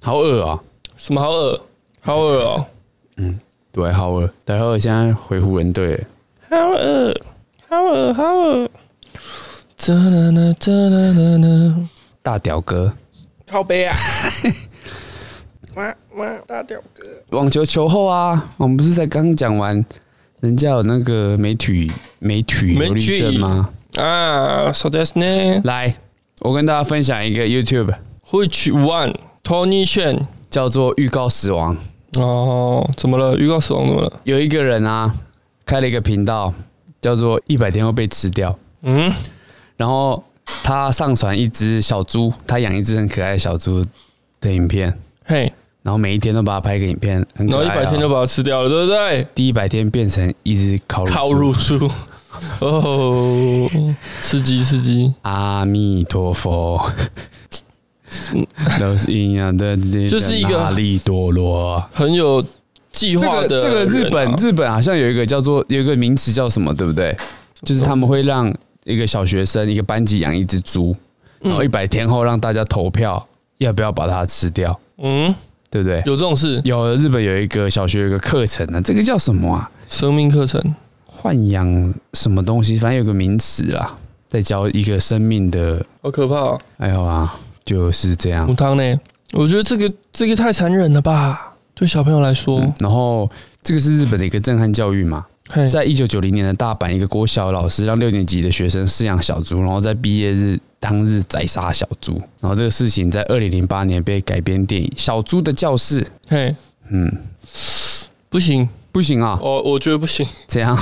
好饿啊、什么好恶，好恶哦，对，好饿。待会儿现在回湖人队了，好恶，好恶，好恶。哒啦啦哒啦啦啦，大屌哥，靠背 啊！哇哇，大屌哥，网球球后啊，我们不是才刚讲完，人家有那个美体美体美有力体症吗？啊，そうですね。来，我跟大家分享一个 YouTube 会取 One Tony Shen 叫做《预告死亡》，哦，怎么了？预告死亡怎么了？有一个人啊，开了一个频道，叫做“一百天后被吃掉嗯，”，然后他上传一只小猪，他养一只很可爱的小猪的影片，嘿，然后每一天都把它拍一个影片，很然可后爱、啊一百天就把它吃掉了，对不对？第一百天变成一只烤乳烤猪乳猪，哦，刺激刺激，阿弥陀 佛，都是一样的，就是一个阿利多罗。很有计这划个的这个日人本啊日本好像有一个叫做有一个名词叫什么，对不对？就是他们会让一个小学生一个班级养一只猪，嗯然后一百天后让大家投票要不要把它吃掉，嗯，对不对？有这种事，有日本有一个小学有一个课程呢、这个叫什么啊？生命课程，豢养什么东西？反正有个名词啦，在教一个生命的。好可怕、哦，哎呦啊，就是这样母。汤呢？我觉得这个这个太残忍了吧，对小朋友来说，然后这个是日本的一个震撼教育嘛，嘿，在一九九零年的大阪，一个国小老师让六年级的学生饲养小猪，然后在毕业日当日宰杀小猪。然后这个事情在二零零八年被改编电影《小猪的教室》。嘿，嗯，不行，不行啊，哦，我觉得不行。怎样？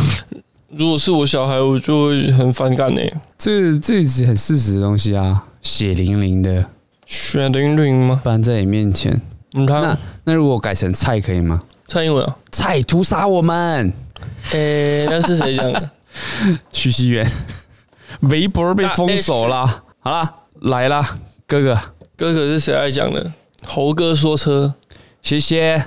如果是我小孩，我就会很反感呢、这这是很事实的东西啊，血淋淋的血淋淋吗？搬在你面前。母汤，那如果改成菜可以吗？蔡英文啊？菜屠杀我们， 诶、那是谁讲的？徐熙媛， 微博被封锁啦。好啦，来啦，哥哥， 哥哥是谁爱讲的？猴哥说车，谢谢。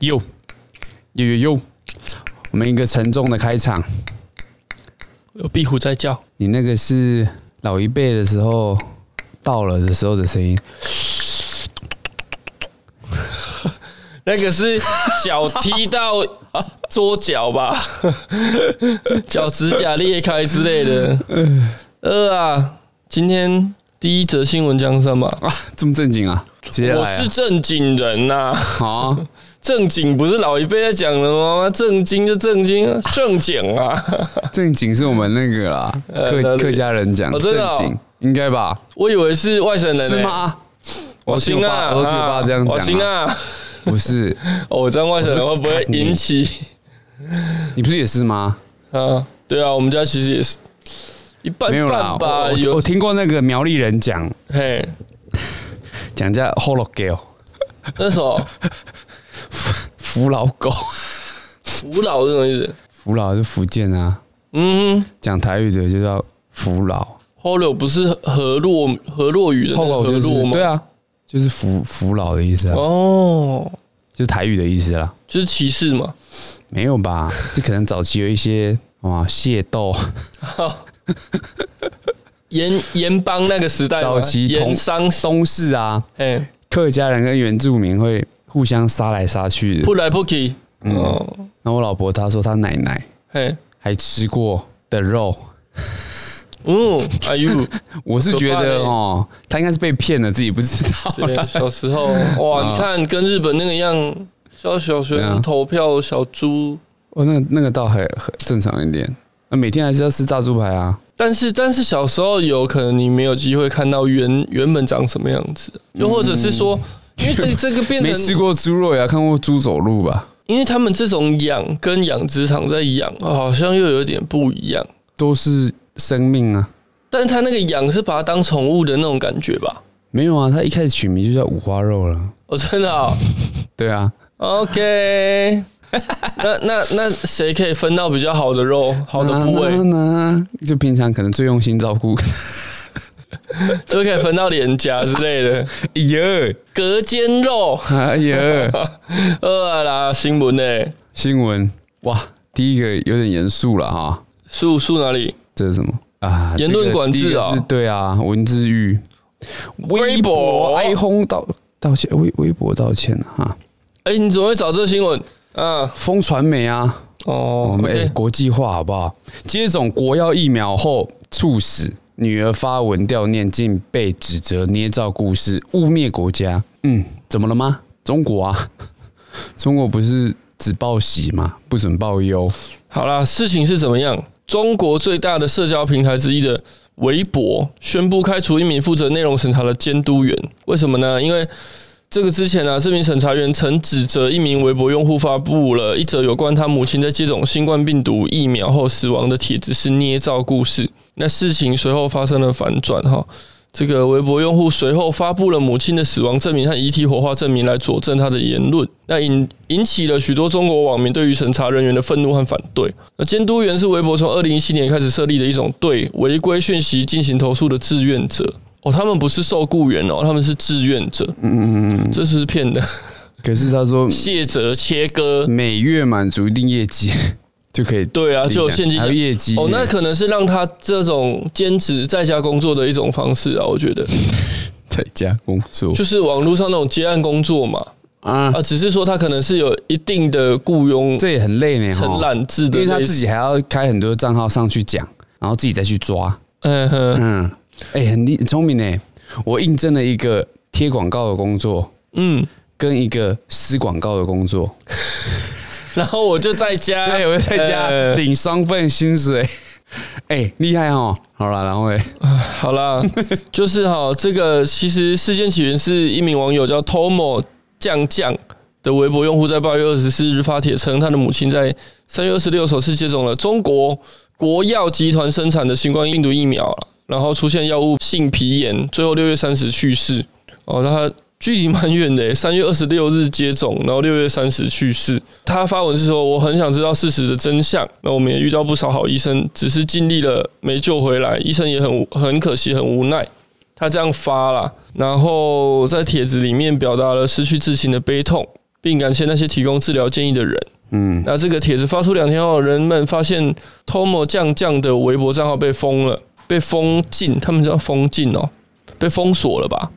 哟哟哟哟！我们一个沉重的开场，有壁虎在叫。你那个是老一辈的时候到了的时候的声音，那个是脚踢到桌角吧， 脚趾甲裂开之类的。呃啊，今天第一则新闻讲什么？这么正经啊？直接我来啊 是正经人呐、好啊！正经不是老一辈在讲的吗？正经就正经啊，正经啊！正经是我们那个 啦，哎哪客里客家人讲哦真的正哦经，应该吧？我以为是外省人、欸，是？吗？我听啊，我听我爸这样我听讲啊，啊。不是哦，我这样外省人会不会引起？你不是也是吗？啊，对啊，我们家其实也是一半没有啦，半我吧，我我有听过那个苗栗人讲嘿，讲叫 h o l o g a l 那时候。扶老狗，扶老这种意思。 扶老是福建啊，嗯讲台语的就叫扶老， h o l o 不是河洛河洛语的那后个老河就是洛吗？对啊，就是扶扶老的意思啊，哦，就是台语的意思啦。就是歧视嘛。 没有吧？这可能早期有一些啊械斗，盐盐帮那个时代嘛，早期同盐商东市啊，哎，客家人跟原住民会互相杀来杀去的。扑来扑去，嗯哦，然后我老婆她说她奶奶嘿，还吃过的肉，嗯，哎呦，我是觉可怕得嘞哦，她应该是被骗了，自己不知道啦。啊对小时候哇，你看跟日本那个样，小小学对啊生投票小猪， 哦，那那个倒还很正常一点。那每天还是要吃炸猪排啊，但是但是小时候有可能你没有机会看到原原本长什么样子，又或者是说，因为这这个变嗯 没成吃过猪肉也要看过猪走路吧？因为他们这种养跟养殖场在养，好像又有点不一样。都是生命啊，但是他那个养是把它当宠物的那种感觉吧？没有啊，她一开始取名就叫五花肉了。哦，真的、哦、对啊，啊 ，OK，那那那谁可以分到比较好的肉、好的部嗯位，呢，就平常可能最用心照顾。嗯就可以分到脸颊之类的哎呀，隔间肉。哎呀，呃啦，新闻呢、欸新闻哇，第一个有点严肃了哈，素素哪里？这是什么啊？言论这个管制第一个啊是对啊，文字狱，微博哀轰道道歉，微微博道歉啊哈，哎、你怎么会找这个新闻？啊，风传媒啊，我哦们哎、 ，OK，国际化好不好？接种国药疫苗后猝死，女儿发文悼念，竟被指责捏造故事，污蔑国家。嗯，怎么了吗？中国啊， 中国不是只报喜吗？不准报忧。好啦，事情是怎么样？中国最大的社交平台之一的微博宣布开除一名负责内容审查的监督员，为什么呢？因为这个之前呢、啊，这名审查员曾指责一名微博用户发布了一则有关他母亲在接种新冠病毒疫苗后死亡的帖子是捏造故事。那事情随后发生了反转，哈，这个微博用户随后发布了母亲的死亡证明和遗体火化证明来佐证他的言论，那引引起了许多中国网民对于审查人员的愤怒和反对。那监督员是微博从二零一七年开始设立的一种对违规讯息进行投诉的志愿者。哦，他们不是受雇员哦，他们是志愿者。嗯嗯嗯，这是骗的。可是他 说卸责切割，每月满足一定业绩 就可以对啊，就有现金还有业绩哦，那可能是让他这种兼职在家工作的一种方式啊，我觉得 在家工作就是网络上那种接案工作嘛，啊，啊，只是说他可能是有一定的雇佣这也很累呢承哈，揽制因的为他类自似，己还要开很多账号上去讲，然后自己再去抓。嗯哼，嗯，哎、很厉很聪明呢。我应征了一个贴广告的工作，嗯，跟一个撕广告的工作。然后我就在家， 对，我在家呃 领双份薪水。 哎、厉害哦！好了，然后哎，好啦，就是哈，这个其实事件起源是一名网友叫 Tomo 酱酱的微博用户在八月二十四日发帖称，他的母亲在三月二十六首次接种了中国国药集团生产的新冠病毒疫苗了，然后出现药物性皮炎，最后六月三十去世。哦，那他距离蛮远的耶，欸三月二十六日接种，然后六月三十去世。他发文是说：“我很想知道事实的真相。”那我们也遇到不少好医生，只是尽力了没救回来，医生也很无很可惜，很无奈。他这样发啦，然后在帖子里面表达了失去至亲的悲痛，并感谢那些提供治疗建议的人。嗯，那这个帖子发出两天后，人们发现 Tomo 酱酱的微博账号被封了，被封禁，他们叫封禁哦，被封锁了吧？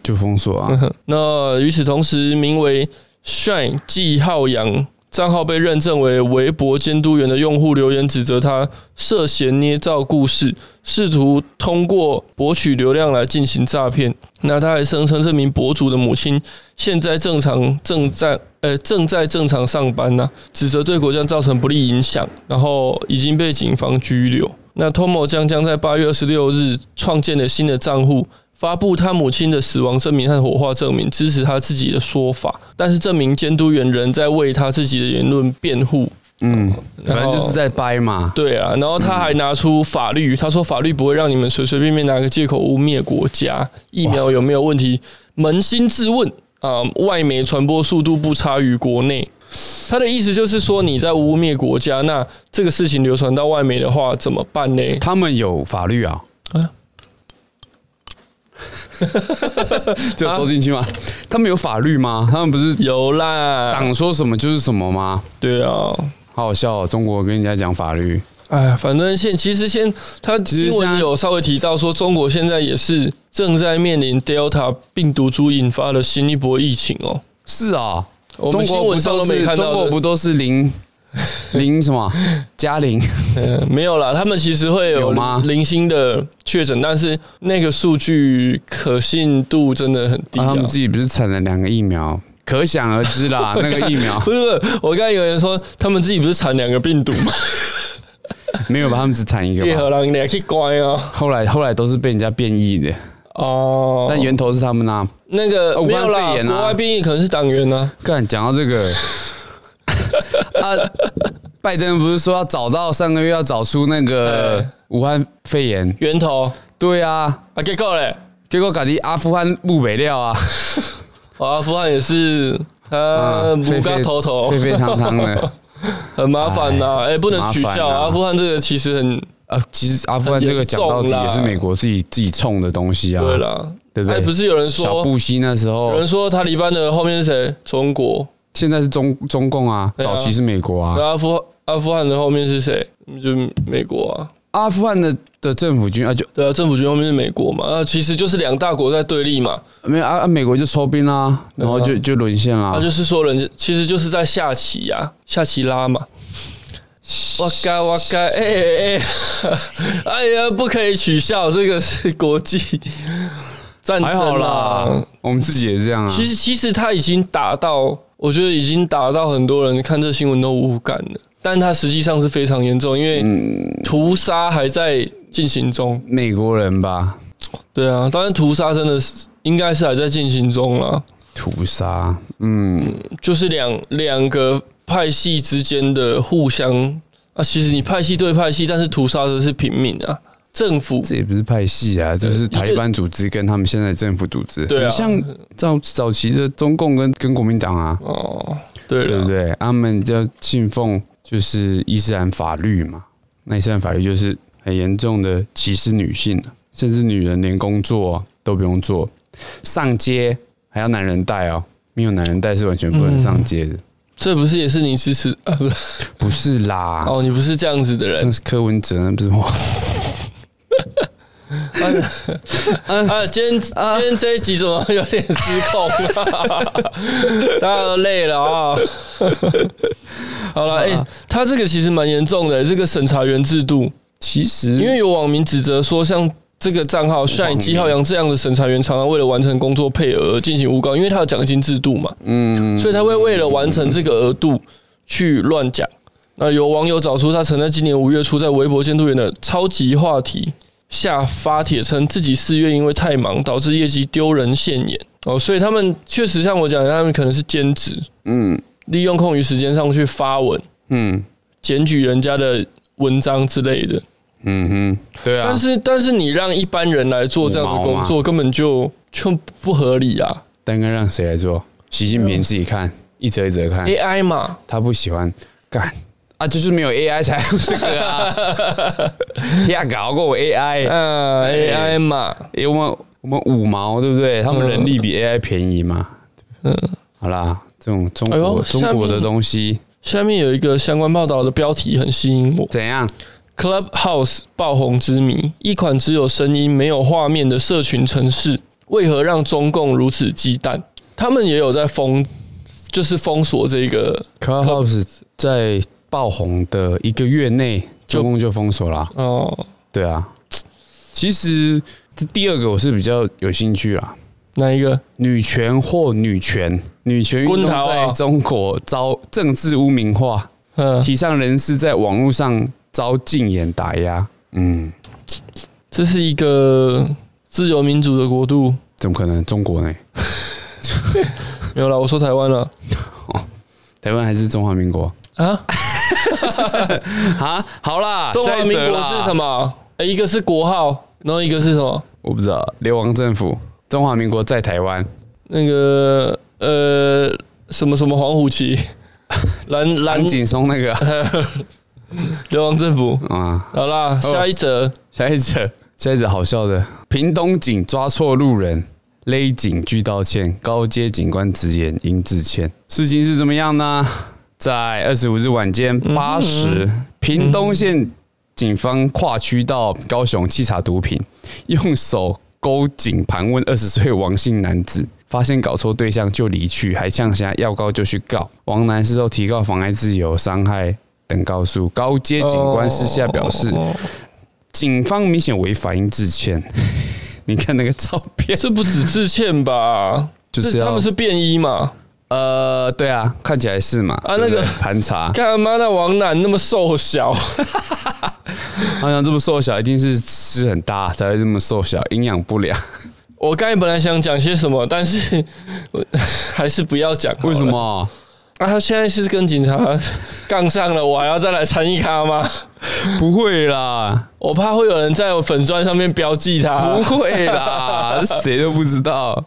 就封锁啊嗯。哼，那与此同时，名为 Shine 季浩洋账号被认证为微博监督员的用户留言指责他涉嫌捏造故事，试图通过博取流量来进行诈骗。那他还声称这名博主的母亲现在正常正在呃正在正常上班呢、指责对国家造成不利影响，然后已经被警方拘留。那 Tomo 将将在八月二十六日创建了新的账户，发布他母亲的死亡证明和火化证明，支持他自己的说法。但是这名监督员仍在为他自己的言论辩护。嗯，然反后正就是在掰嘛。对啊，然后他还拿出法律，他说法律不会让你们随随便便拿个借口污蔑国家，疫苗有没有问题，扪心自问啊、外媒传播速度不差于国内。他的意思就是说你在污蔑国家，那这个事情流传到外媒的话怎么办呢？他们有法律啊啊。 就收进去吗？他们有法律吗？他们不是有啦，党说什么就是什么吗？对啊，好好笑哦！中国跟人家讲法律，哎，反正现其实现他实新现在闻有稍微提到说，中国现在也是正在面临 Delta 病毒株引发的新一波疫情哦。是啊，我中们新国不闻上都没是看中到国的，不都是 零零什么啊加零？嗯，没有啦。他们其实会有有吗零星的确诊，但是那个数据可信度真的很低、然啊后他们自己不是产了两个疫苗，可想而知啦。那个疫苗 不是，不是我刚才有人说他们自己不是产两个病毒吗？没有吧？他们只产一 个叶吧。荷兰，你还去乖啊？后来后来都是被人家变异的，哦，但源头是他们啦。那个、哦武汉没有啦，肺炎啊国外变异可能是党员啊。干，讲到这 个啊，拜登不是说要找到上个月要找出那个哎武汉肺炎？源头对啊，啊，结果嘞，结果搞的阿富汗不北料啊，哦阿富汗也是他嗯五沸高沸头头沸沸汤汤的。很麻烦呐、哎、不能取麻笑、烦啊阿富汗这个其实很呃，其实阿富汗这个讲到底也是美国自己自己冲的东西啊，对啦，对不哎，对？不是有人小说，布希那时有候，人说塔利班的后面是谁？中国。现在是中中共啊，对啊早期是美国啊那。阿富阿富汗的后面是谁？就美国啊。阿富汗的的政府军啊，就对啊，政府军后面是美国嘛，啊，其实就是两大国在对立嘛，没有啊，啊美国就抽兵啦，然后就就沦陷啊，啦。就是说人家其实就是在下棋呀、啊，下棋拉嘛。哇 该哇该，哎哎 哎，哎呀，不可以取笑，这个是 国际战还好争啦啦。，我们自己也这样啊其。实其实他已经打到，我觉得已经打到很多人看这新闻都无感了，但他实际上是非常严重，因嗯为屠杀还在进行中。美国人吧，对啊，当然屠杀真的是应该是还在进行中啦，屠杀，嗯，就是两两个派系之间的互相啊，其实你派系对派系，但是屠杀的是平民啊，政府这也不是派系啊，这是对台湾组织跟他们现在的政府组织，对啊很像早早期的中共跟跟国民党啊，哦，对对不了，对？他们就信奉就是伊斯兰法律嘛，那伊斯兰法律就是很严重的歧视女性啊，甚至女人连工作都不用做，上街还要男人带哦，没有男人带是完全不能上街的，这不是也是你支持啊？不是不是啦，哦，你不是这样子的人那 是柯文哲，那不是我。 啊！今天今天这一集怎么有点失 控啊？大家都累了啊！好了，哎、他这个其实蛮严重的、这个审查员制度。其实因为有网民指责说，像这个账号 Shine 姬浩洋这样的审查员，常常为了完成工作配额而进行诬告，因为他有奖金制度嘛，嗯，所以他会为了完成这个额度去乱讲。那有网友找出他曾在今年五月初在微博监督员的超级话题下发帖称，自己四月因为太忙导致业绩丢人现眼哦，所以他们确实像我讲的，他们可能是兼职，嗯利用空余时间上去发文嗯检举人家的文章之类的。嗯哼，对啊但，是但是你让一般人来做这样的工五毛作，根本就就不合理啊但该让谁来做？习近平自己看，一则一则看， ！AI 嘛，他不喜欢干啊，就是没有 AI 才有这个啊， 呀，搞过我 AI，、嗯、a 哎 i 嘛，诶我们我们五毛对不对？他们人力比 AI 便宜嘛，嗯。好啦，这种中哎国、呦中下面国的东西下面有一个相关报道的标题很吸引我怎样？ ：Clubhouse 爆红之谜，一款只有声音没有画面的社群城市，为何让中共如此忌惮？他们也有在封，就是封锁这个 Clubhouse 在爆红的一个月内，就中共就封锁啦。哦，对啊，其实这第二个我是比较有兴趣啦。哪一个？女权或女权，女权运动滚头在啊中国遭政治污名化，嗯，提倡人士在网络上遭禁言打压。嗯，这是一个自由民主的国度，怎么可能？中国呢？没有啦，我说台湾了台湾还是中华民国啊。啊？好啦，中华民国是么？什么？诶一个是国号，然后一个是什么？我不知道。流亡政府，中华民国在台湾，那个呃什么什么黄虎旗， 蓝蓝蓝景松那个流亡政府。啊。好啦，下一则，下一则，下一则好笑的，屏东警抓错路人，勒警拒道歉，高阶警官直言应致歉。事情是怎么样呢？在二十五日晚间八嗯时，嗯屏东县警方跨区到高雄稽查毒品，用手勾颈盘问二十岁王姓男子，发现搞错对象就离去，还呛下要告就去告。王男事后提告妨碍自由、伤害等告诉高阶警官私下表示，哦警方明显违反应致歉。 你看那个照片，这不止致歉吧？ 就是要他们是便衣嘛？呃，对啊，看起来是嘛啊对不对那个盘查， 干嘛那王楠那么瘦小？ 好像这么瘦小，一定是吃很大才会这么瘦小，营养不良。我刚才本来想讲些什么，但是 我还是不要讲。 为什？么？啊，他现在是跟警察杠上了，我还要再来参与他吗？不会啦，我怕会有啊人在我粉砖上面标记他。 不会啦，谁都不知道。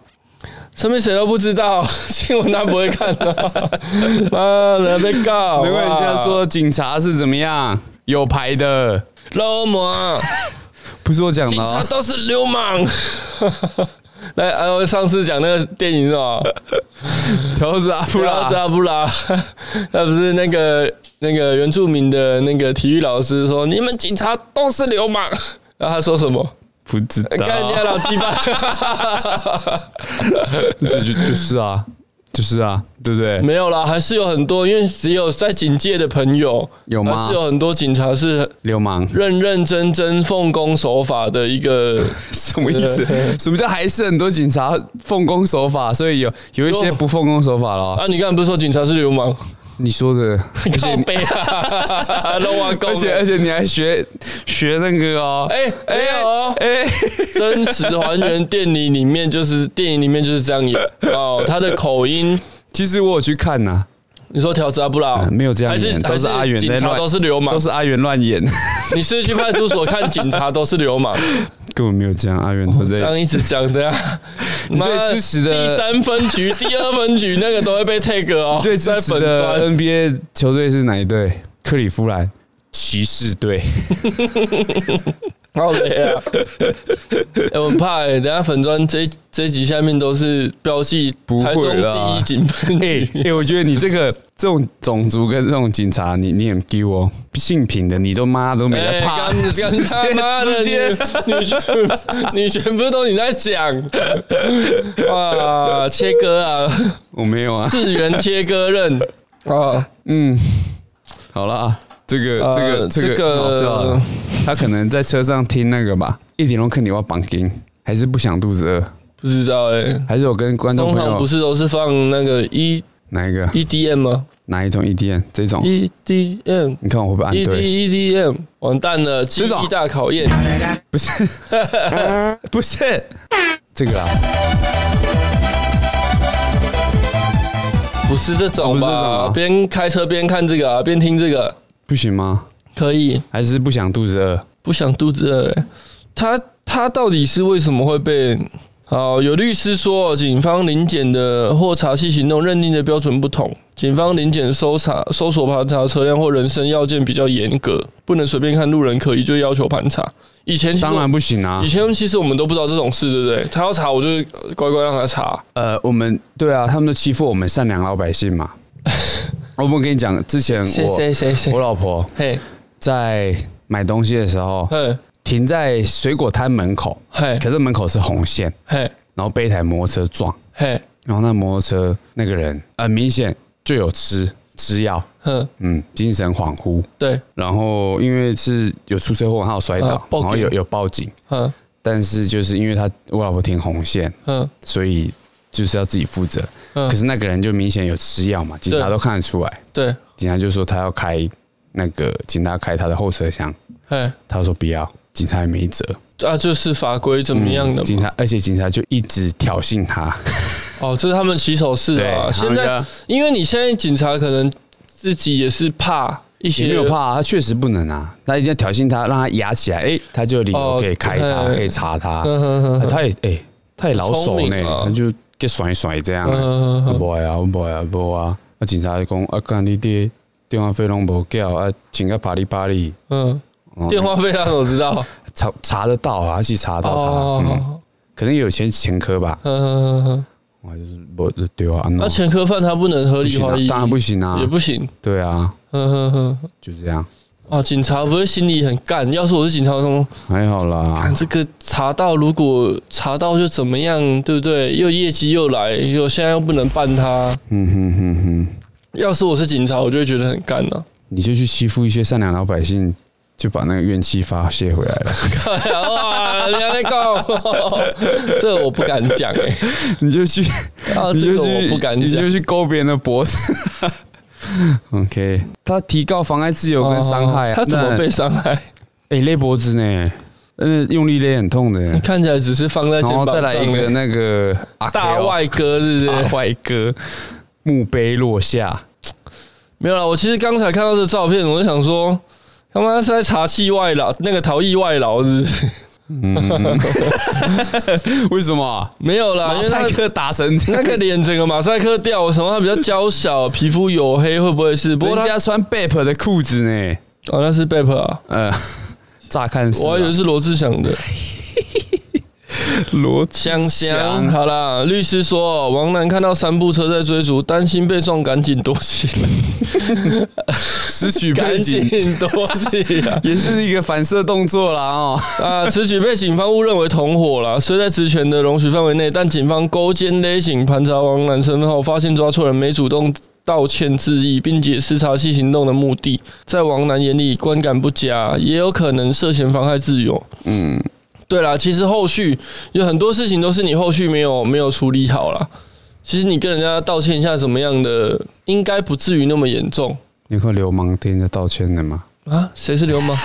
上面谁都不知道， 新闻他不会看的、 妈的被告，啊难怪人家说警察是怎么样有牌的，流氓，不是我讲的、啊警察啊。都是流氓。 来，哎，我上次讲那个电影是吧？条子阿布布拉拉布，拉布拉， 那不是那个那个原住民的那个体育老师说，你们警察都是流氓。然后他说什么？不知道，看人家老鸡巴， 对就就是啊，就是啊，对不对？没有啦，还是有很多，因为只有在警界的朋友有吗还是有很多警察是流氓认认真真奉公守法的 一个，什么意 思？什么叫还是很多警察奉公守法？所以有有一些不奉公守法了。啊，你刚才不是说警察是流氓？你说 的， 而靠且背 啊，都挖沟了，而且而且你还学学那个哦，哎没有哦哎，真实还原电影里面就是电影里面就是这样演哦，他的口音。其实我有去看呐，你说调子阿布拉嗯没有这样还是演都是阿元还在警察乱都是流氓都。是阿元乱演， 你是不是去派出所看警察都是流氓，根本没有这样，阿元都哦这在样一直讲的呀。你最支持的第三分局、第二分局那个都会被 tag 哦，最支在持粉的砖 NBA 球队是哪一队？克利夫兰骑士队。哦好累啊！ 哎我很怕哎，等下粉砖这这集下面都是标记不会啦台中第一警分哎、局哎、，我觉得你这个这种种族跟这种警察，你你很丢哦，性平的你都妈都没哎在怕，干直接干他妈的直接女女权，女权不是都你 在讲？哇，切割啊，我没有啊，次元切割刃啊，嗯，好啦，这个呃这个、这个这个好笑啊他可能在车上听那个吧，一点钟看你要绑筋，还是不想肚子饿，不知道哎、还是我跟观众通朋常不友啊是都是放那个 E 哪一个 EDM 吗哪一种 EDM 这 E 种， ？EDM 你看我会不会按 ED 啊对？ EDM，完 E 蛋了，记种忆大考验。不是， 不是这个啊，不是这种吧哦？不边开车边看这个啊，边听这个不行吗？可以，还是不想肚子饿？不想肚子饿欸。他他到底是为什么会被？好，有律师说，警方临检的或查缉行动认定的标准不同，警方临检搜查、搜索、盘查车辆或人身要件比较严格，不能随便看路人可疑就要求盘查。以前其实我当然不行啊以！前其实我们都不知道这种事，对不对？他要查，我就乖乖让他查。呃，我们对啊，他们都欺负我们善良老百姓 嘛。我们跟你讲，之前我谁谁我？老婆嘿，在买东西的时候，嘿，停在水果摊门口，嘿，可是门口是红线，嘿，然后被一台摩托车撞，嘿，然后那摩托车那个人很明显就有吃吃药，哼，嗯，精神恍惚，对，然后因为是有出车祸，还有摔倒啊，报然警后有有报警，哼，但是就是因为他我老婆停红线，哼，所以就是要自己负责。可嗯是那个人就明显有吃药嘛，警察对都看得出来。对，警察就说他要开那个，警察开他的后车厢，嘿，他说不要，警察也没辙。啊，就是法规怎么样的嗯警嘛？察，而且警察就一直挑衅他。哦，这是他们起手式对，啊。现在然，后因为你现在警察可能自己也是怕一就些也没有怕、啊，他确实不能啊，他一定要挑衅他，让他压起来，哎、他就有理由哦可以开他，对可以查 他。嗯哼哼哼他也哎、他也老手聪呢、明啊他就给甩一甩这样、嗯嗯嗯不会啊，不会啊，不会啊。啊，警察就讲啊，干你爹电话费拢无缴啊，请个啪里啪里，嗯，哦电话费让我知道查查得到啊，去查到他，嗯，哦，可能也有前前科吧。嗯哼哼哼，我还是不对啊，那那前科犯他不能合不理行怀啊疑，，当然不行啊也，不行，对啊，嗯哼哼哼。就这样，啊，警察不会心里很干？要是我是警察，我说还好啊，啦，这个查到，如果查到就怎么样，对不对？又业绩又来，又现在又不能办他。嗯哼哼哼，要是我是警察，我就会觉得很干啊 了、你就去欺负一些善良老百姓，就把那个怨气发泄回来了。啊。哇，人家在告，这我不敢讲哎、你就去，啊，你这就个去，我不敢你讲就。去勾别人的脖子。OK，他提告妨碍自由跟伤害啊，哦他怎么被伤害？那？哎、勒脖子呢？嗯，用力勒很痛的。看起来只是放在然肩后膀再来一上个的那个阿 K 哦大外哥，是不大是？外哥，墓碑落下，没有啦，我其实刚才看到这照片，我就想说，他妈是在查气外劳，那个逃逸外劳，是不是？ 为什么？没有啦，马因为赛那克打成这那样，个脸整个马赛克掉，我想到他比较娇小，皮肤黝黑，会不会是？不过人他家穿 Bep 的裤子呢，好像是 Bep 啊，呃， 乍看是啊我还以为是罗志祥的。罗香香，香好啦，律师说，王楠看到三部车在追逐，担心被撞，赶紧躲起来，此 曲 赶背景紧躲起来。也是一个反射动作啦哦。 啊，此举被警方误认为同伙了，虽在职权的容许范围内，但警方勾肩勒颈盘查王楠身份后，发现抓错人，没主动道歉致意，并解释查其行动的目的，在王楠眼里观感不佳，也有可能涉嫌妨害自由。嗯，对啦，其实后续有很多事情都是你后续没有没有处理好啦。其实你跟人家道歉一下怎么样的，应该不至于那么严重你和流氓听着道歉了吗？啊？谁是流氓？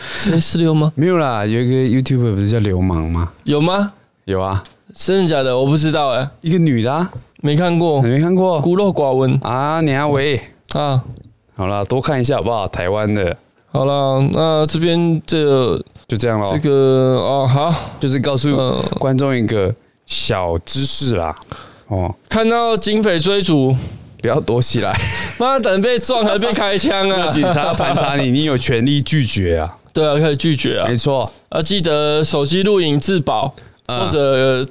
谁是流氓？没有啦，有一个 YouTuber 不是叫流氓吗？有吗？有啊，真的假的？我不知道哎、一个女的、啊，没看过你，没看过孤陋寡闻啊？你阿伟，啊。好啦，多看一下好不好？台湾的好了，那这边这个就这样咯，这个哦，好，就是告诉嗯、观众一个小知识啦。哦，看到警匪追逐，不要躲起 来，妈等被撞还被开枪 啊！警察盘查你，你有权利拒绝啊。对啊，可以拒绝啊没。错，啊，记得手机录影自保，嗯或者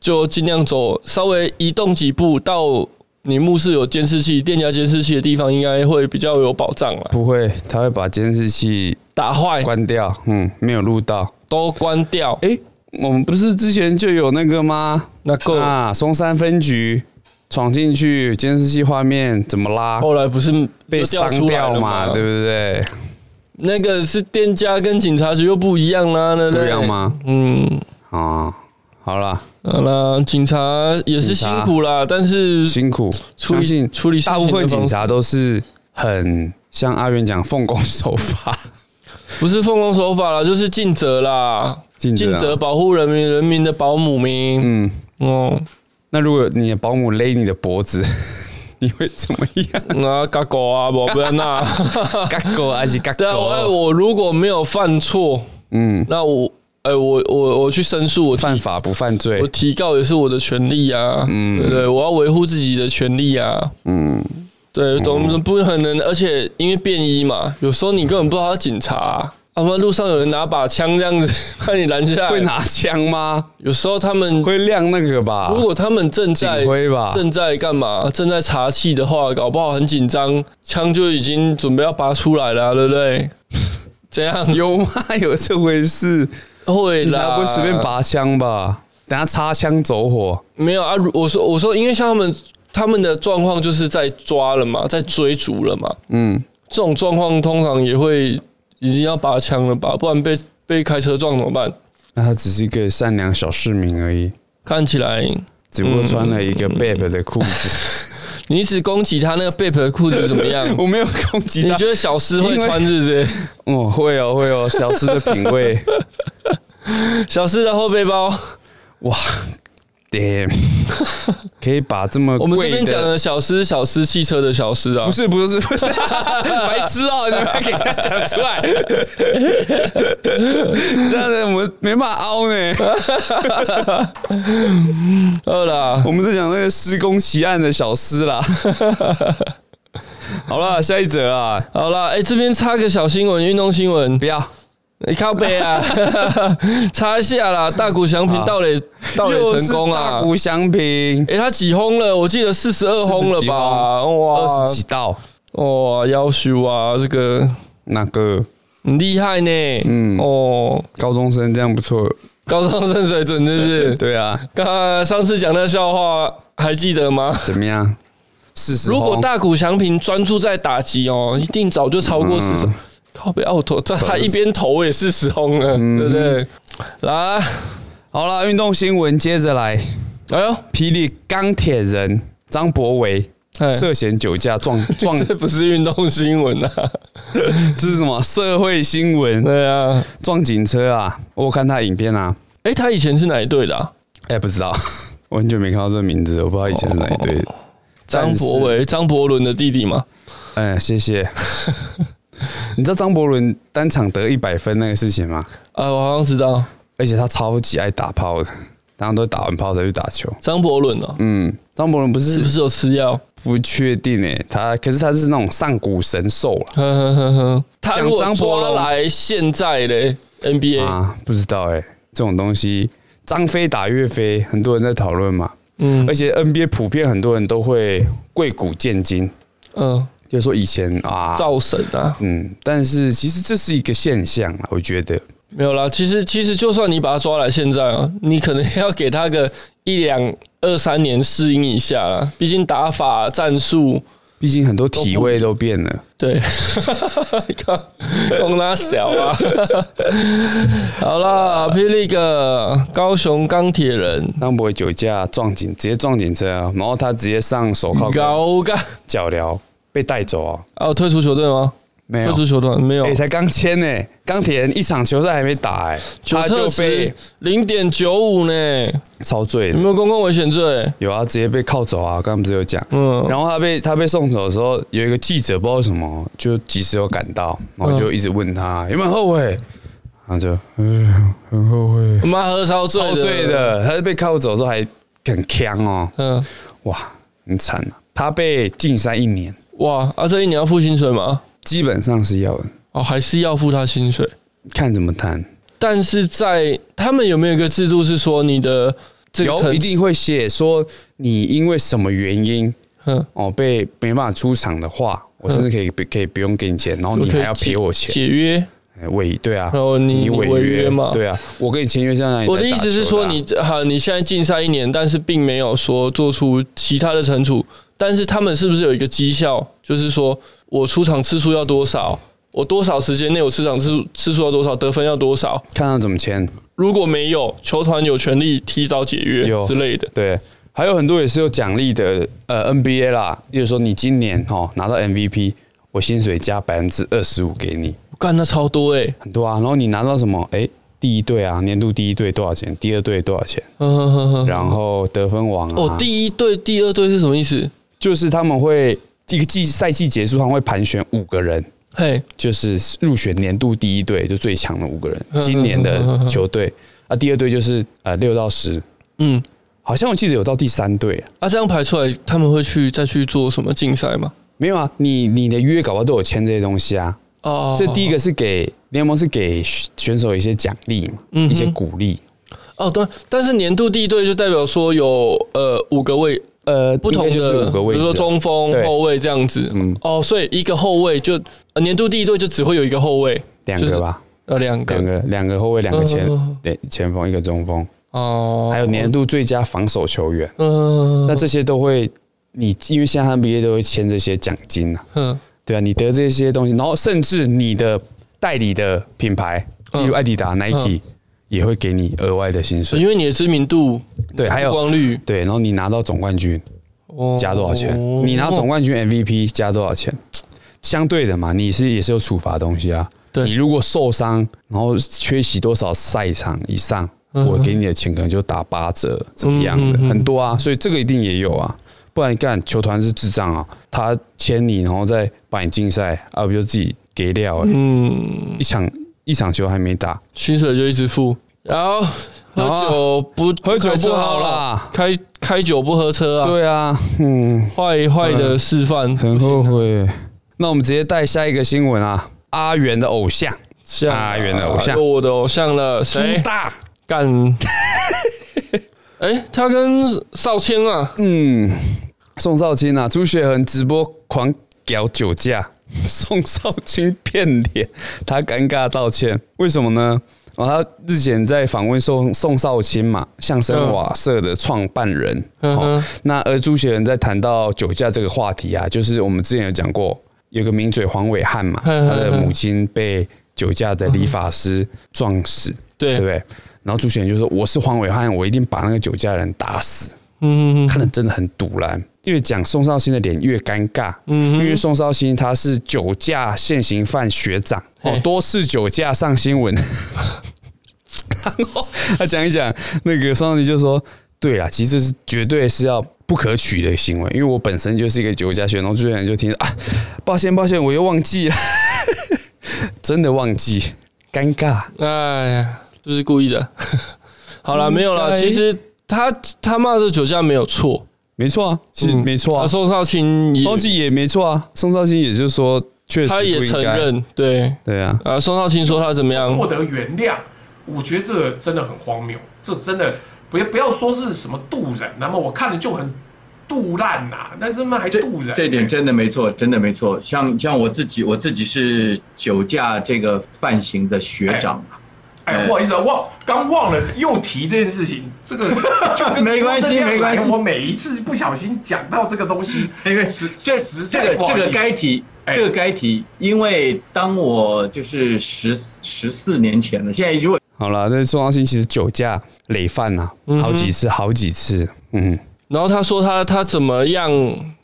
就尽量走，稍微移动几步到你目视有监视器、店家监视器的地方，应该会比较有保障了。不会，他会把监视器打坏关掉，嗯，没有录到。都关掉，诶，我们不是之前就有那个吗？那够。啊，松山分局闯进去监视器画面怎么拉？后来不是被又删调哦出来掉了嘛，吗？对不对？那个是店家跟警察局又不一样啦，对不不对？一样？吗？嗯，啊，好啦，好啦，警察也是警辛察苦啦，但是辛苦，处相理信处理事情大的部分警方察都是很像阿元讲奉公守法，不是奉公守法啦，就是尽责啦，尽尽责责啊。保护人民，人民的保姆民。嗯，哦，那如果你的保姆勒你的脖子， 你会怎么 样？那嘎狗啊，宝贝 那，嘎狗还是嘎对啊，我哎狗？我如果没有犯错，嗯，那我哎我我我去申诉，我提犯法不犯罪我？提告也是我的权利啊，嗯对不对，我要维护自己的权利啊，嗯，对，总不可能，而且因为便衣嘛，有时候你根本不知道他警察、啊，他们路上有人拿把枪这样子 把你拦下会来，拿枪吗？有时候他们会亮那个吧？如果他们正在警徽吧？正在干嘛，正在查气的话，搞不好很紧张，枪就已经准备要拔出来了啊、对 不对？这样有吗？有这回事？会警啦，察不会随便拔枪吧？等下擦枪走火，没有啊，如我说我说，因为像他们他们的状况就是在抓了嘛，在追逐了嘛，嗯，这种状况通常也会已经要拔枪了吧，不然被被开车撞怎么办？那他只是一个善良小市民而已，看起来只不过穿了一个嗯 Babe 的裤 子。你只攻击他那个贝壳裤子怎么样？ 我没有攻击你他，觉得小诗会穿是不是？哦，会哦，会哦，小吃的品 味，小诗的后背包，哇，damn，可以把这么我们这贵边讲的。的小诗，小诗汽车的小诗啊不，是不是不是， 白痴哦、你们给他讲出 来，这样的我们没办法凹呢。饿啦， 我们在讲那个施工奇案的小诗啦。 好了，下一则啊，好啦，哎、这边插个小新闻，运动新闻 不，要你靠背啊， 插一下啦，大谷翔平盗垒盗垒成功啊又是大啊！谷翔平诶，他几轰了？我记得四十二轰了吧？二哇十几道，哇，要修啊，这个那个很厉害呢。嗯哦，高中生这样不错。高中生水准就是 对啊，刚刚上次讲那笑话还记得吗？怎么样？四十如轰。果大谷翔平专注在打击哦，一定早就超过四嗯十。靠背奥投，这他一边投也四十轰了，嗯对不对？来啊，好了，运动新闻接着来，哎呦，霹雳钢铁人张博维哎涉嫌酒驾 撞撞，这不是运动新闻啊！这是什么社会新闻？对啊，撞警车啊！我看他影片啊，哎、他以前是哪一队的、啊？哎、不知道， 我很久没看到这个名字，我不知道以前是哪一队的。张但是博，伟、张伯伦的弟弟嘛。哎、谢谢。 你知道张伯伦单场得一百分那个事情吗？啊，我好像知道而且他超级爱打炮的，然后都打完炮才去打球。张伯伦哦，嗯，张伯伦不是是不是有吃药？不确定诶、他可是他是那种上古神兽啊了呵呵呵呵，他如果讲张伯抓伦来现在嘞 NBA，啊，不知道诶、这种东西，张飞打岳飞，很多人在讨论嘛，嗯而且 NBA 普遍很多人都会贵古见今，嗯，就是说以前啊，造神啊，嗯，但是其实这是一个现象啊，我觉得没有啦，其实其实就算你把他抓来现在啊，你可能要给他个一两二三年适应一下啦，毕竟打法战术毕竟很多体位都变了。对， 你看公拉小啊。 好啦，霹雳哥，高雄钢铁人张博伟酒驾撞警，直接撞警车啊，然后他直接上手铐跟高干脚镣被带走啊，哦，退出球队吗？没退有出。球队没有哎、，才刚签呢，钢铁人一场球赛还没打哎、九他特就值被零点九五呢，超醉有了，没有公共危险罪？有啊，直接被铐走啊，刚刚不是有讲，嗯，然后他被他被送走的时候，有一个记者不知道为什么就及时有赶到，然后就一直问他、有没有后悔，然后就嗯很后悔，妈喝超醉超醉的，他被铐走的时候还很呛哦，嗯，哇，很惨啊，他被禁赛一年，哇，啊，这一年要付薪水吗？基本上是要的，哦，还是要付他薪水，看怎么谈，但是在他们有没有一个制度是说你的这个有层一定会写说你因为什么原因。嗯，哦被没办法出场的话，我甚至可以不可以不用给你钱，然后就你嗯可以还要赔我钱，解约？哎违对啊，哦你你违约嘛对啊，我跟你签约在哪里？我的意思是说你，好，你现在禁赛一年，但是并没有说做出其他的惩处，但是他们是不是有一个绩效，就是说我出场次数要多少，我多少时间内我出场次数次数要多少，得分要多少？看他怎么签，如果没有，球团有权利提早解约有之类的。对。还有很多也是有奖励的，呃，NBA 啦，例如说你今年哦拿到 MVP，我薪水加百分之二十五给你，干，那超多哎、很多啊。然后你拿到什么？哎、第一队啊，年度第一队多少钱？第二队多少钱？嗯哼哼哼然后得分王啊，哦，第一队、第二队是什么意思？就是他们会这个季赛季结束，他们会盘选五个人，嘿，就是入选年度第一队，就最强的五个人，嗯今年的球队啊，第二队就是呃六到十，嗯，好像我记得有到第三队啊，啊，这样排出来，他们会去再去做什么竞赛吗？没有啊，你你的约搞不好都有签这些东西啊。哦，这第一个是给联盟是给选手一些奖励嘛，嗯哼一些鼓励，哦，对，但是年度第一队就代表说有呃五个位呃，不同应该就是的，五个位比如说置啊，中锋、对后卫这样子。嗯哦，所以一个后卫就、呃、年度第一队就只会有一个后卫，两个吧，呃，两两个个两个后卫，两个前嗯嗯嗯对前锋，一个中锋，哦，还有年度最佳防守球员，嗯，那这些都会你因为现在 NBA 都会签这些奖金啊。嗯对啊，你得这些东西，然后甚至你的代理的品牌，嗯例如艾迪达、Nike，也会给你额外的薪水。因为你的知名度、对，还曝有光率对，然后你拿到总冠军哦加多少钱？你拿总冠军 MVP 加多少钱？相对的嘛，你是也是有处罚的东西啊。对你如果受伤，然后缺席多少赛场以上，嗯我给你的钱可能就打八折，怎么样的？嗯嗯嗯很多啊，所以这个一定也有啊。不然干球团是智障啊，他签你，然后再把你禁赛啊，不就自己给料、欸？嗯，一场一场球还没打，薪水就一直付，然后然后啊喝酒不喝酒开车不好啦，啦。开开酒不喝车啊，对啊，嗯，坏坏的示范，很后悔。那我们直接带下一个新闻啊，阿元的偶像像啊阿元的偶像有我的偶像了，朱谁？大，干。 哎、他跟少谦啊，嗯，宋少卿啊，朱雪恒直播狂屌酒驾， 宋少卿变脸，他尴尬道歉，为什么呢？哦，他日前在访问宋宋少卿嘛，相声瓦舍的创办人，嗯哦哼，那而朱学仁在谈到酒驾这个话题啊，就是我们之前有讲过，有个名嘴黄伟汉嘛，嗯嗯嗯嗯他的母亲被酒驾的理发师撞死，对，对不对？然后朱学仁就说：“我是黄伟汉，我一定把那个酒驾的人打死。”嗯看得真的很堵然，越讲宋少卿的脸越尴尬，因为嗯，宋少卿他是酒驾现行犯学长，哦嘿，多次酒驾上新闻。然后他讲一讲，那个宋少卿就说：“对啦，其实这是绝对是要不可取的行为，因为我本身就是一个酒驾学长，然后主持人就听啊，抱歉抱歉，我又忘记了。” 真的忘记，尴尬。哎呀，不是故意的。 好了，没有应了。嗯该其实他他骂这酒驾没有错，没错啊，其实嗯没错啊，啊，宋少卿也高级也没错啊。宋少卿也就是说，确实他也不应承该。认，对，对啊，啊，宋少卿说他怎么样获得原谅，我觉得这真的很荒谬，这真的不要不要说是什么渡人，那么我看了就很杜烂呐、那他妈还这渡人，这点真的没错，真的没错。像像我自己，我自己是酒驾这个犯刑的学长啊，哎，不好意思啊，忘刚忘了又提这件事情，这个就跟没关系郭正亮没关系来我每一次不小心讲到这个东西，因为实这实这在个哎不好这意思个该提，哎这个该提，因为当我就是十十四年前了，现在如果好了，但是宋少卿其实酒驾累犯啊，嗯好几次，好几次。嗯，然后他说他他怎么样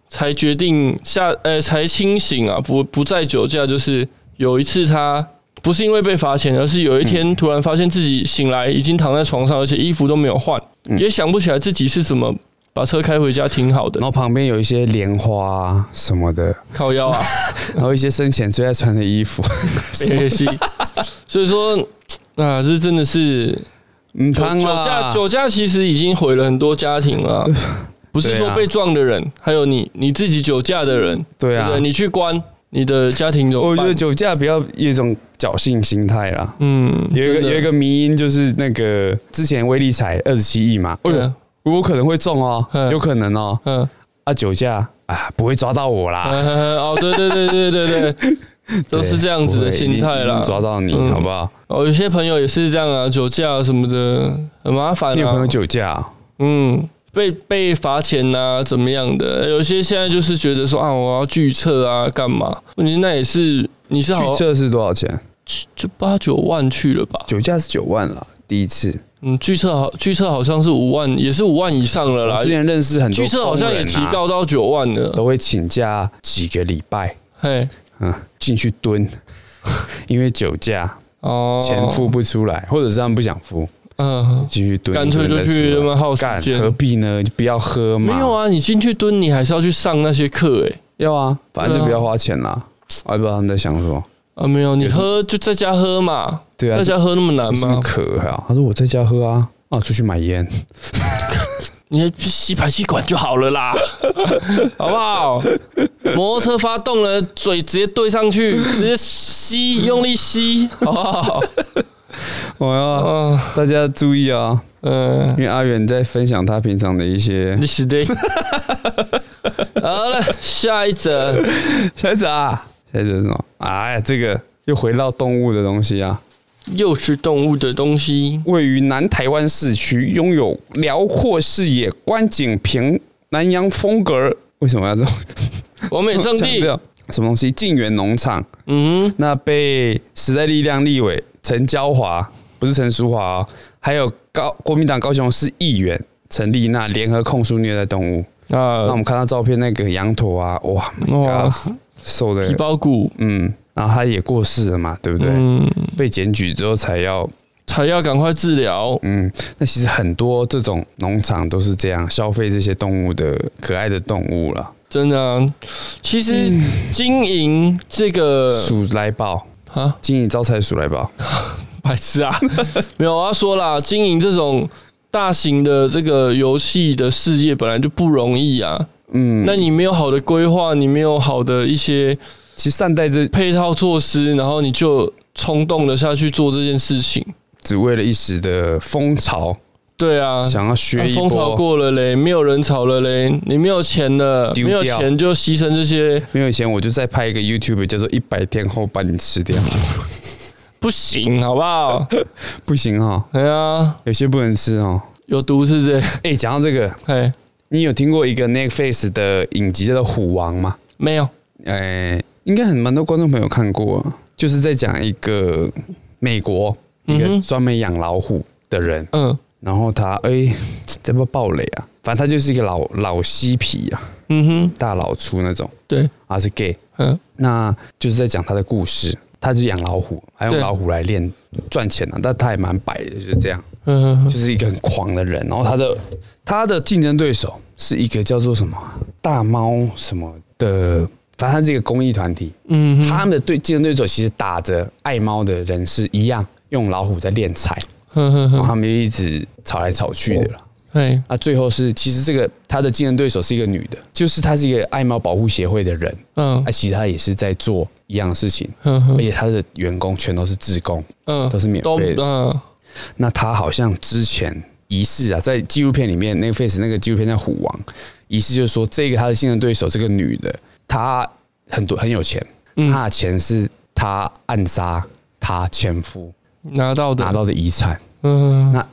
才决定下呃才清醒啊，不不再酒驾，就是有一次他不是因为被罚钱，而是有嗯一天突然发现自己醒来已经躺在床上，而且衣服都没有换，嗯也想不起来自己是怎么把车开回家停好的然，后旁边有一些莲花、啊、什么 的，靠腰 啊，然后一些生前最爱穿的衣 服。北野西，所以说啊，这真的是嗯，酒汤酒啦驾，酒驾其实已经毁了很多家 庭了啊。不是对说啊被撞的人，还有你你自己酒驾的人，对对啊不对，你去关你的家庭怎么我觉办？得酒驾不要有一种侥幸心态啦。嗯，有一真个的有一个迷因就是那个之前威力彩二十七亿嘛，哎对呦，啊我可能会中哦嗯，有可能哦，嗯啊酒驾啊不会抓到我啦，嗯哦，对对对对对 对，都是这样子的心态不会一定一啦定。抓到你嗯好不好？哦，有些朋友也是这样啊，酒驾什么的很麻烦你有朋友啊。酒驾啊，嗯，被被罚钱呐、怎么样的？有些现在就是觉得说啊，我要拒测啊，干嘛？问题是那也是你是好拒测是多少钱？就八九万去了吧？酒驾是九万啦，第一次。嗯，拒测好拒测好像是五万，也是五万以上了啦我之。前认识很多拒测好像也工人提啊，高到九万了。都会请假几个礼拜，嘿，嗯，进去蹲， 因为酒驾哦，钱付不出来，或者是他们不想付，嗯，进去蹲，哦干脆就去他妈耗时干，间何必呢？就不要喝嘛。没有，啊，你进去蹲，你还是要去上那些课欸诶。要啊，反正对就啊不要花钱啦。我也不知道他们在想什么，啊，没有，你喝就在家喝嘛，对啊在家喝那么有难什么吗？可啊？他说我在家喝啊，啊，出去买烟，你还去吸排气管就好了啦， 好不好？摩托车发动了，嘴直接对上去，直接吸，用力吸，好不好？哦呀，嗯大家注意啊，嗯，因为阿元在分享他平常的一些你是 的。好了，下一则，小子啊，小子是什么？哎呀，这个又回到动物的东西啊。又是动物的东西。位于南台湾市区，拥有辽阔视野、观景屏、南洋风格。为什么要这种完美圣强地，调什么东西？晋源农场嗯哼，那被时代力量立委陈娇华，不是陈淑华、哦，还有高国民党高雄市议员陈丽娜联合控诉虐待动物。那我啊，们看到照片，那个羊驼啊，哇哇，My God，瘦皮的，包骨，嗯，然后他也过世了嘛，对不对？嗯，被检举之后才要才要赶快治疗，嗯，那其实很多这种农场都是这样消费这些动物的可爱的动物啦，真的啊、其实嗯经营这个鼠来宝啊，经营招财鼠来宝，白痴啊， 没有我要说啦，经营这种大型的这个游戏的事业本来就不容易啊。嗯，那你没有好的规划，你没有好的一些其实善待这配套措施，然后你就冲动的下去做这件事情，只为了一时的风潮，对啊，想要学那一风潮波。过了嘞，没有人潮了嘞，你没有钱了，丢没有掉钱就牺牲这些，没有以前我就再拍一个 YouTube 叫做《一百天后把你吃 掉》，不行，好不好？ 不行哦，哎呀，有些不能吃哦。有毒是不是？哎、讲到这个，哎，你有听过一个 Netflix 的影集叫做《虎王》吗？没有，哎、应该很蛮多观众朋友看过、啊，就是在讲一个美国一嗯个哼专门养老虎的人，嗯然后他哎、诶这不暴雷啊，反正他就是一个老老嬉皮啊，嗯哼，大老粗那种，对，他是 gay，嗯那就是在讲他的故事。他就养老虎，还用对老虎来练赚钱啊，但他也蛮白的，就是这样，嗯就是一个很狂的人。然后他的他的竞争对手是一个叫做什么啊大猫什么的，反反正它是一个公益团体，嗯，他们的对竞争对手其实打着爱猫的人是一样，用老虎在练财，哼哼然哼，后他们就一直吵来吵去的啦。嗯嘿，那最后是，其实这个他的竞争对手是一个女的，就是她是一个爱猫保护协会的人，嗯那其实她也是在做一样的事情，哼而哼，且她的员工全都是志工，嗯，都是免都费的嗯那他好像之前疑似啊，在纪录片里面，那个 Face 那个纪录片叫《虎王》，疑似就是说这个他的竞争对手，这个女的，她很多很有钱，她的钱是她暗杀她前夫拿到的，拿，到的遗产，嗯那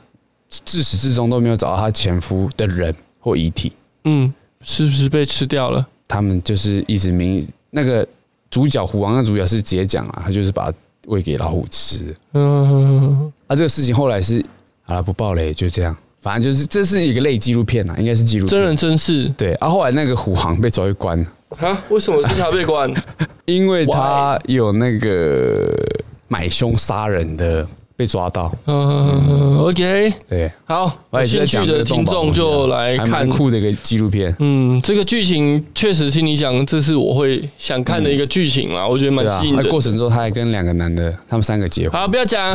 至始至终都没有找到她前夫的人或遗体，嗯，是不是被吃掉了？他们就是一直明那个主角虎王，那主角是直接讲啊，他就是把喂给老虎吃，嗯哼哼哼，啊，这个事情后来是好了，不爆雷，就这样。反正就是这是一个类纪录片啊，应该是纪录片真人真事对。啊，后来那个虎航被抓去关了，啊？为什么是他被关？因为他有那个买凶杀人的被抓到。 嗯，OK，对，好，我有也是在兴趣讲这的个听动保众故事啊就来还蛮看。酷的一个纪录片。嗯，这个剧情确实听你讲，这是我会想看的一个剧情啦，我觉得嗯蛮对啊吸引，啊的。过程中他还跟两个男的，他们三个结婚，好，不要讲。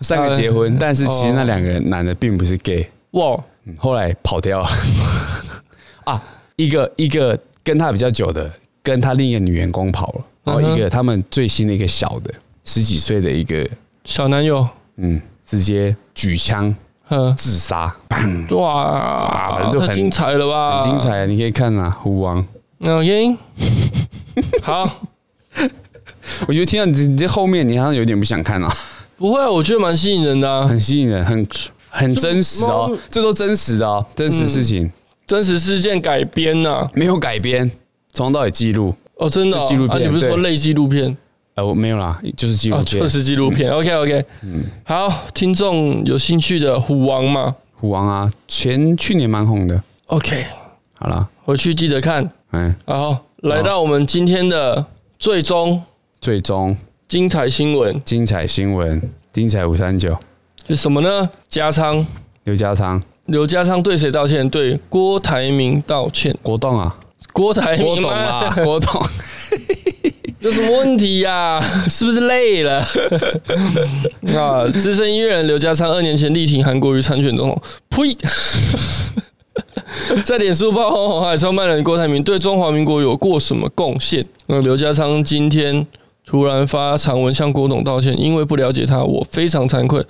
三个结呃婚，但是其实那两个人男的并不是 gay，哇，嗯后来跑掉了。 啊，一个一个跟他比较久的，跟他另一个女员工跑了，然嗯后一个他们最新的一个小的十几岁的一个，小男友，嗯，直接举枪嗯，自杀，哇，嗯反正就很太精彩了吧？很精。彩，你可以看啊，虎王。 OK，好，我觉得听到你你这后面，你好像有点不想看啊， 不会啊，我觉得蛮吸引人的啊很吸引人，很很真实哦猫，这都真实的哦，真实事嗯情真实事件改编呐。没有改编，从头到尾记录。哦，真的哦就纪录啊，片你不是说对类纪录片？呃，我没有啦，就是纪录哦，片嗯就。是纪录片。OK OK，好，听众有兴趣的虎王嘛虎王啊，前去年蛮红的。 ？OK，好啦，回去记得看。嗯，好，来到我们今天的最终最终精彩新闻精彩新闻，精彩五三九，是什么呢？加仓，刘家昌、刘家昌对谁道歉？对郭台铭道歉。国栋 啊，郭台郭铭董吗啊， 郭董，有什么问题呀、 是不是累了？ 啊，资深音乐人刘家昌二年前力挺韩国瑜参选总统，呸！ 在脸书爆红红海创办人郭台铭对中华民国有过什么贡献？那刘家昌今天突然发长文向郭董道歉，因为不了解他，我非常惭愧，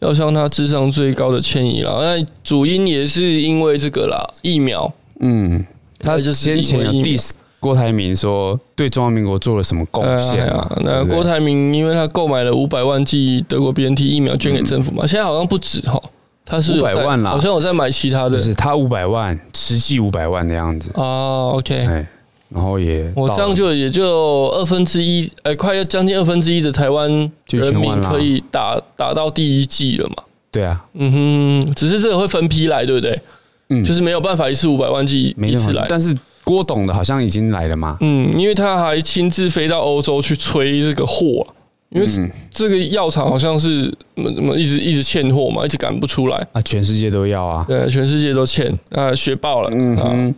要向他致上最高的歉意了。那主因也是因为这个啦，疫苗。嗯，他就是先前有因为疫苗 diss 郭台铭说对中华民国做了什么贡献啊哎呀？那对不对郭台铭因为他购买了五百万剂德国 BNT 疫苗捐给政府嘛，现在好像不止哈，他是有在嗯500万啦好像我在买其他的就是他五百万，实际五百万的样子，哦 OK，哎，然后也我这到样了就也就二分之一，哎，快要将近二分之一的台湾就人1000民万啦可以打打到第一剂了嘛。对啊，嗯哼，只是这个会分批来，对不对？嗯就是没有办法一次五百万剂没一那次么来。但是郭董的好像已经来了嘛，嗯，因为他还亲自飞到欧洲去催这个货啊、因为这这个药厂好像是嗯嗯一直一直欠货嘛，一直赶不出来，啊，全世界都要啊，呃，全世界都欠啊、学爆了。嗯、啊，嗯，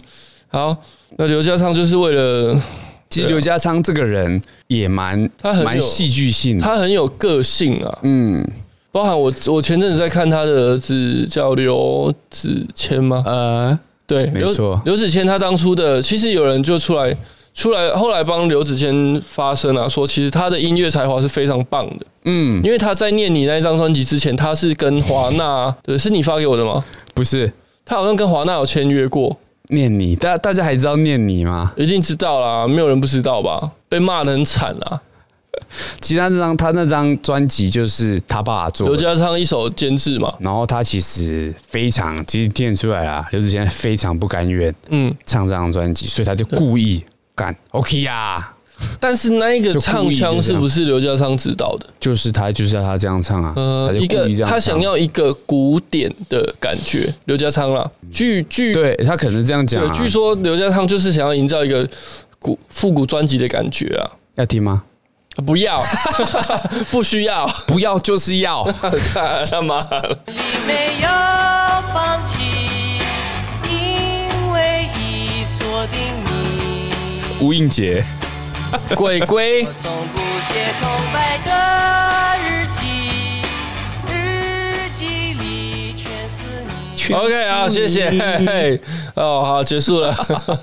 好，那刘家昌就是为了其实刘家昌这个人也蛮啊他很有蛮戏剧性的，他很有个性啊，嗯，包含我我前阵子在看他的儿子叫刘子谦吗？呃，对，没刘错刘子谦他当初的，其实有人就出来出来，后来帮刘子谦发声啊，说其实他的音乐才华是非常棒的。嗯，因为他在念你那张专辑之前，他是跟华纳，对，是你发给我的吗？不是他好像跟华纳有签约过，念你，大大家还知道念你吗？一定知道啦，没有人不知道吧？被骂得很惨啊啦。其实他那张他那张专辑就是他爸做刘的，家昌一手监制嘛，然后他其实非常，其实听得出来啊啦，刘子谦非常不甘愿嗯，唱这张专辑，所以他就故意干 OK 呀、但是那一个就故唱意就腔这是样不是刘家昌指导的？就是他就是要他这样唱啊，呃他，就一故个意这样唱他想要一个古典的感觉，刘家昌啦，据据对他可能这样讲、对，啊，据说刘家昌就是想要营造一个古复古专辑的感觉啊。要听吗？啊不要， 不 需要，不要就是 要，他妈的！没有放弃，因为已锁定你。呼应节， 鬼鬼 我从不写空白的日记，日记里全是 你。，OK 好，谢谢，嘿嘿，哦，好，结束了，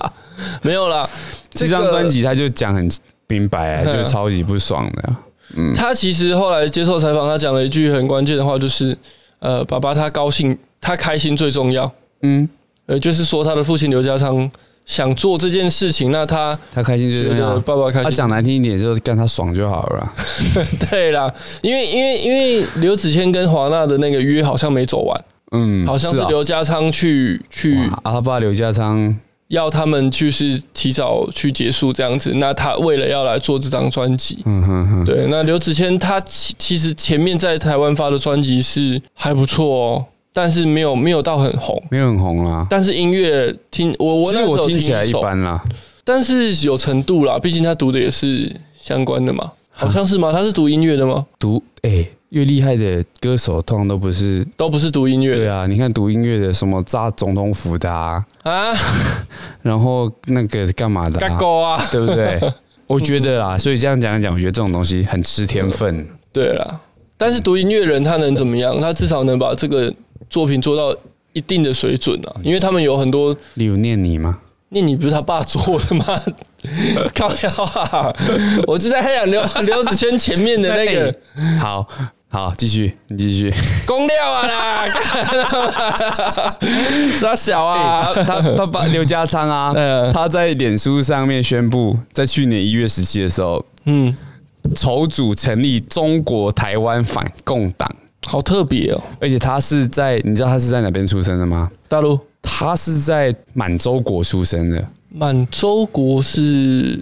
没有了。 这个张专辑他就讲很明白、 嗯啊，就超级不爽的。嗯他其实后来接受采访，他讲了一句很关键的话，就是呃，爸爸他高兴，他开心最重要。嗯，呃，就是说他的父亲刘家昌想做这件事情，那他他开心最重觉要，得爸爸开心啊他讲难听一点，就是干他爽就好了 啦。 对啦，因为因为因为刘子谦跟华纳的那个约好像没走完，嗯，好像是是啊刘家昌去去哇啊他爸刘家昌，要他们就是提早去结束这样子。那他为了要来做这张专辑，嗯哼哼，对，那刘子谦他其其实前面在台湾发的专辑是还不错哦，但是没有没有到很红。没有很红啦。但是音乐听我我其那实时候我听起来一一首，般啦，但是有程度啦，毕竟他读的也是相关的嘛，好像是吗？他是读音乐的吗？读哎，越厉害的歌手通常都不是。都不是读音乐对啊，你看读音乐的什么炸总统府的啊，的啊， 然后那个干嘛的、嘎啊，狗啊，对不 对？我觉得啦，所以这样讲一讲，我觉得这种东西很吃天分。对啦，但是读音乐人他能怎么样？他至少能把这个作品做到一定的水准啊，因为他们有很多，例如念你吗？那你不是他爸做的吗？ 靠腰啊！我就在讲刘刘子谦前面的 那个好好，继续，你继续。公料啊啦， 干啊傻小啊，哎他他他爸刘家昌 啊嗯，他在脸书上面宣布，在去年一月十七的时候，嗯，筹组成立中国台湾反共党，好特别哦，而且他是在你知道他是在哪边出生的吗？大陆他是在满洲国出生的，满洲国是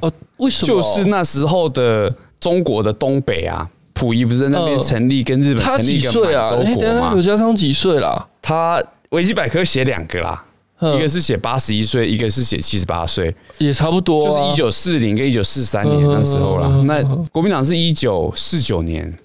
哦，为什么？就是那时候的中国的东北啊。溥仪不是在那边嗯成立跟日本他成立几一个岁满啊？洲哎，等一国下刘嘛？家昌几岁啦？他维基百科写两个啦，嗯一个是写八十一岁，一个是写七十八岁。也差不多啊，就是一九四零跟一九四三嗯年那时候啦。那国民党是一九四九年，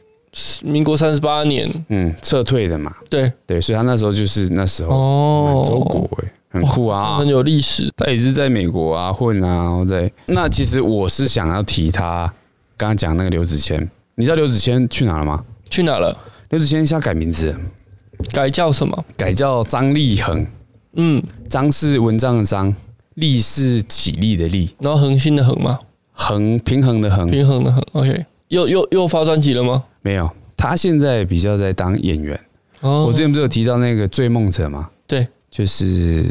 民国三十八年，嗯，撤退的嘛，对，对，所以他那时候就是那时候哦满洲国、欸，很酷啊很。有历史。他也是在美国啊混啊，然后在那其实我是想要提他刚刚讲那个刘子谦，你知道刘子谦去哪了吗？去哪了？刘子谦现在改名字了，改叫什么？改叫张立恒，嗯，张是文章的张，立是起立的立，然后恒星的恒嘛，衡平衡的衡，平衡的恒。OK，又又又发专辑了吗？没有。他现在比较在当演员，哦我之前不是有提到那个《追梦者》吗？对，就是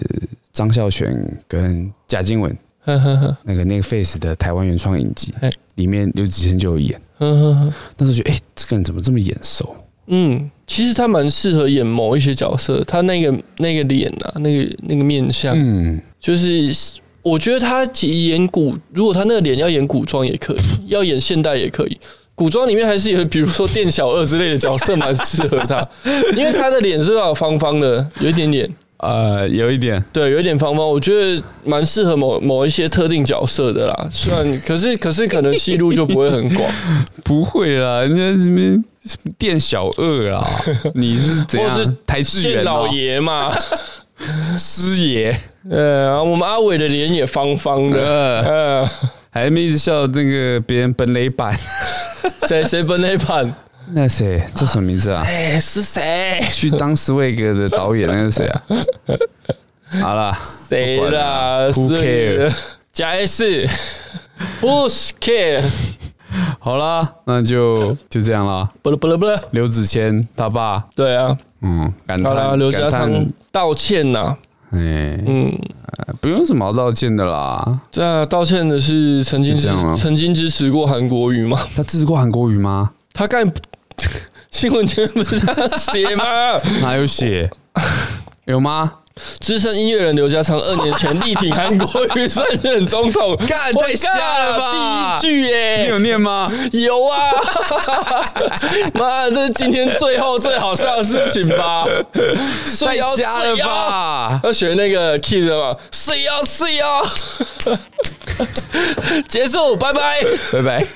张孝全跟贾静雯呵呵呵那个那个 Face 的台湾原创影集嘿，里面刘子谦就有演。呵呵呵，那时候觉得，哎、这个人怎么这么眼熟？嗯，其实他蛮适合演某一些角色，他那个那个脸啊，那个那个面相，嗯，就是我觉得他演古，如果他那个脸要演古装也可以，要演现代也可以。古装里面还是有，比如说店小二之类的角色蛮适合他，因为他的脸是那种方方的，有一点点，呃，有一点，对，有一点方方，我觉得蛮适合某某一些特定角色的啦。虽然，可是可是可能戏路就不会很广，不会啦，人家这边店小二 啊，你是怎或是样？啊台志县远、老哦、爷嘛。师爷，呃，我们阿伟的脸也方方的，呃，呃，还没一直笑那个别人本垒版，谁谁本垒版？ 那谁？这什么名 字啊？哎，是谁？去当斯威格的导演那个谁啊？好啦，谁不管啊啦 Who 是加 S。Who's care？好啦，那就就这样啦。不了不了不了，刘子谦他爸，对啊，嗯，感好啦，叹刘家，感昌叹道歉呐、哎，嗯，不用什么好道歉的啦。这、啊道歉的是曾经就这样啊曾经支持过韩国瑜吗？他支持过韩国语吗？他干 新闻前面不是这样写吗？ 哪有写？有吗？资深音乐人刘家昌二年前力挺韩国瑜胜任总统， 干我太瞎了吧干第一句耶、你有念 吗？有 啊，妈，这是今天最后最好笑的事情吧？太睡腰瞎了睡腰，吧！要学那个 Kiss 嘛，啊 睡腰睡腰，结束，拜拜。拜拜。